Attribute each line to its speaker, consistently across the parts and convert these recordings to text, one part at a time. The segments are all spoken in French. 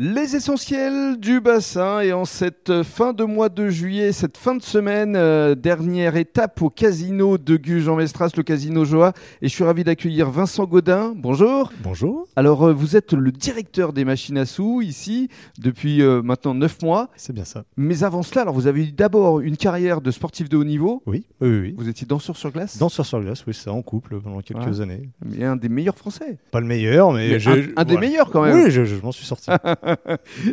Speaker 1: Les essentiels du bassin et en cette fin de mois de juillet, cette fin de semaine, euh, dernière étape au casino de Guge en Mestras, le casino Joa. Et je suis ravi d'accueillir Vincent Godin. Bonjour.
Speaker 2: Bonjour.
Speaker 1: Alors euh, vous êtes le directeur des machines à sous ici depuis euh, maintenant 9 mois.
Speaker 2: C'est bien ça.
Speaker 1: Mais avant cela, alors vous avez eu d'abord une carrière de sportif de haut niveau.
Speaker 2: Oui, oui, oui. oui.
Speaker 1: Vous étiez danseur sur glace
Speaker 2: Danseur sur glace, oui, ça en couple pendant quelques
Speaker 1: Ouais.
Speaker 2: années.
Speaker 1: Mais un des meilleurs français.
Speaker 2: Pas le meilleur, mais,
Speaker 1: Mais
Speaker 2: je-
Speaker 1: un, un
Speaker 2: je-
Speaker 1: des
Speaker 2: voilà.
Speaker 1: meilleurs quand même.
Speaker 2: Oui, je, je m'en suis sorti.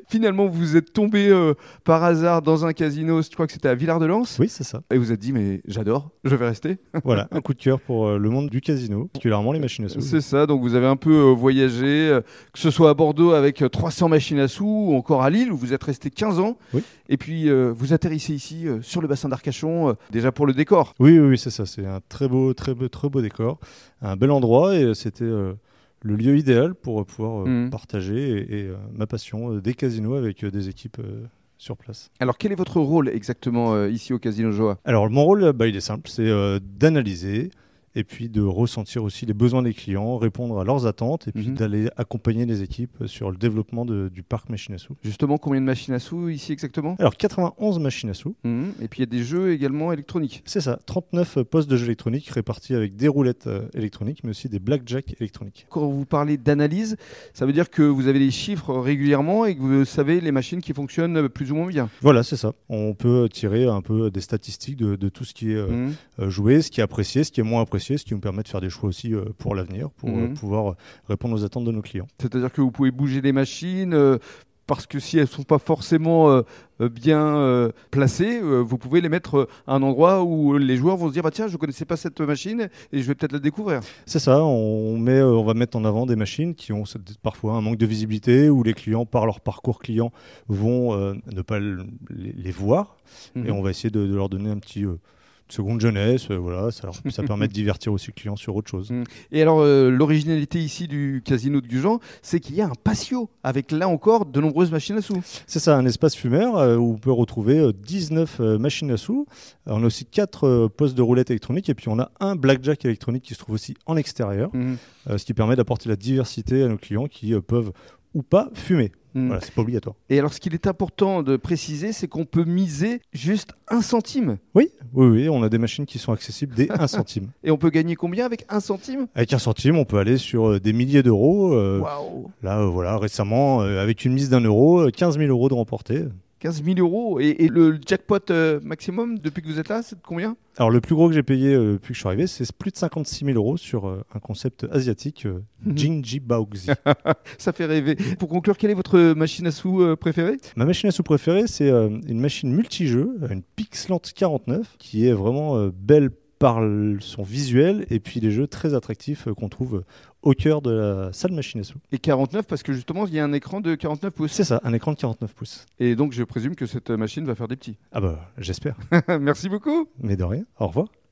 Speaker 1: Finalement, vous êtes tombé euh, par hasard dans un casino, je crois que c'était à Villard-de-Lans.
Speaker 2: oui, c'est ça.
Speaker 1: Et vous êtes dit, mais j'adore, je vais rester.
Speaker 2: Voilà, un coup de cœur pour euh, le monde du casino, particulièrement les machines à sous.
Speaker 1: C'est ça, donc vous avez un peu euh, voyagé, euh, que ce soit à Bordeaux avec euh, 300 machines à sous, ou encore à Lille où vous êtes resté 15 ans.
Speaker 2: Oui.
Speaker 1: Et puis euh, vous atterrissez ici euh, sur le bassin d'Arcachon, euh, déjà pour le décor.
Speaker 2: Oui, oui, oui, c'est ça. C'est un très beau, très beau, très beau décor, un bel endroit et euh, c'était euh, le lieu idéal pour euh, pouvoir euh,
Speaker 1: Mhm.
Speaker 2: partager et, et, euh, ma passion euh, des casinos avec euh, des équipes euh, sur place.
Speaker 1: Alors quel est votre rôle exactement euh, ici au Casino Joa
Speaker 2: Alors, mon rôle, euh, bah, il est simple, c'est euh, d'analyser et puis de ressentir aussi les besoins des clients, répondre à leurs attentes et puis
Speaker 1: Mhm.
Speaker 2: d'aller accompagner les équipes sur le développement de- du parc machine à sous.
Speaker 1: Justement, combien de machines à sous ici exactement
Speaker 2: Alors, 91 machines à sous,
Speaker 1: Mhm. Et puis il y a des jeux également électroniques.
Speaker 2: c'est ça, 39 postes de jeux électroniques répartis avec des roulettes euh, électroniques, mais aussi des blackjack électroniques.
Speaker 1: Quand vous parlez d'analyse, ça veut dire que vous avez les chiffres régulièrement et que vous savez les machines qui fonctionnent euh, plus ou moins bien.
Speaker 2: Voilà, c'est ça. On peut tirer un peu des statistiques de, de tout ce qui est euh,
Speaker 1: Mhm.
Speaker 2: euh, joué, ce qui est apprécié, ce qui est moins apprécié, ce qui nous permet de faire des choix aussi euh, pour l'avenir, pour euh,
Speaker 1: Mhm.
Speaker 2: pouvoir répondre aux attentes de nos clients.
Speaker 1: C'est-à-dire que vous pouvez bouger les machines euh, parce que si elles ne sont pas forcément euh, euh, bien euh, placées, euh, vous pouvez les mettre euh, à un endroit où les joueurs vont se dire bah, tiens, je ne connaissais pas cette machine et je vais peut-être la découvrir.
Speaker 2: C'est ça, on, met, euh, on va mettre en avant des machines qui ont cette- parfois un manque de visibilité, où les clients, par leur parcours client, vont euh, ne pas le- les, les voir. Et on va essayer de, de leur donner un petit euh, une seconde jeunesse, euh, voilà, ça, leur- ça permet de divertir aussi le client sur autre chose.
Speaker 1: Et alors, euh, l'originalité ici du casino de Gujan, c'est qu'il y a un patio avec là encore de nombreuses machines à sous.
Speaker 2: C'est ça, un espace fumeur euh, où on peut retrouver euh, 19 euh, machines à sous. Euh, on a aussi 4 postes de roulette électronique et puis on a un blackjack électronique qui se trouve aussi en extérieur, euh, ce qui permet d'apporter la diversité à nos clients qui euh, peuvent ou pas fumer.
Speaker 1: Mhm.
Speaker 2: Voilà, c'est pas obligatoire.
Speaker 1: Et alors, ce qu'il est important de préciser, c'est qu'on peut miser juste un centime.
Speaker 2: Oui, oui, oui, on a des machines qui sont accessibles dès 1 centime.
Speaker 1: Et on peut gagner combien avec un centime
Speaker 2: Avec 1 centime, on peut aller sur euh, des milliers d'euros. euh,
Speaker 1: Waouh
Speaker 2: Là, euh, voilà, récemment, euh, avec une mise d'un euro, euh, 15 000 euros de remportés.
Speaker 1: 15 000 euros. Et, et le jackpot euh, maximum depuis que vous êtes là, c'est de combien
Speaker 2: Alors, le plus gros que j'ai payé euh, depuis que je suis arrivé, c'est plus de 56 000 euros sur euh, un concept asiatique, euh,
Speaker 1: Mhm.
Speaker 2: Jinji Baoxi.
Speaker 1: Ça fait rêver. Pour conclure, quelle est votre machine à sous euh, préférée
Speaker 2: Ma machine à sous préférée, c'est euh, une machine multijeu, euh, une Pixlante 49, qui est vraiment euh, belle par l- son visuel et puis les jeux très attractifs euh, qu'on trouve euh, au cœur de la salle machine à sous.
Speaker 1: Et 49, parce que justement, il y a un écran de 49 pouces.
Speaker 2: C'est ça, un écran de 49 pouces.
Speaker 1: Et donc, je présume que cette machine va faire des petits.
Speaker 2: Ah bah, j'espère.
Speaker 1: Merci beaucoup
Speaker 2: Mais de rien. Au revoir.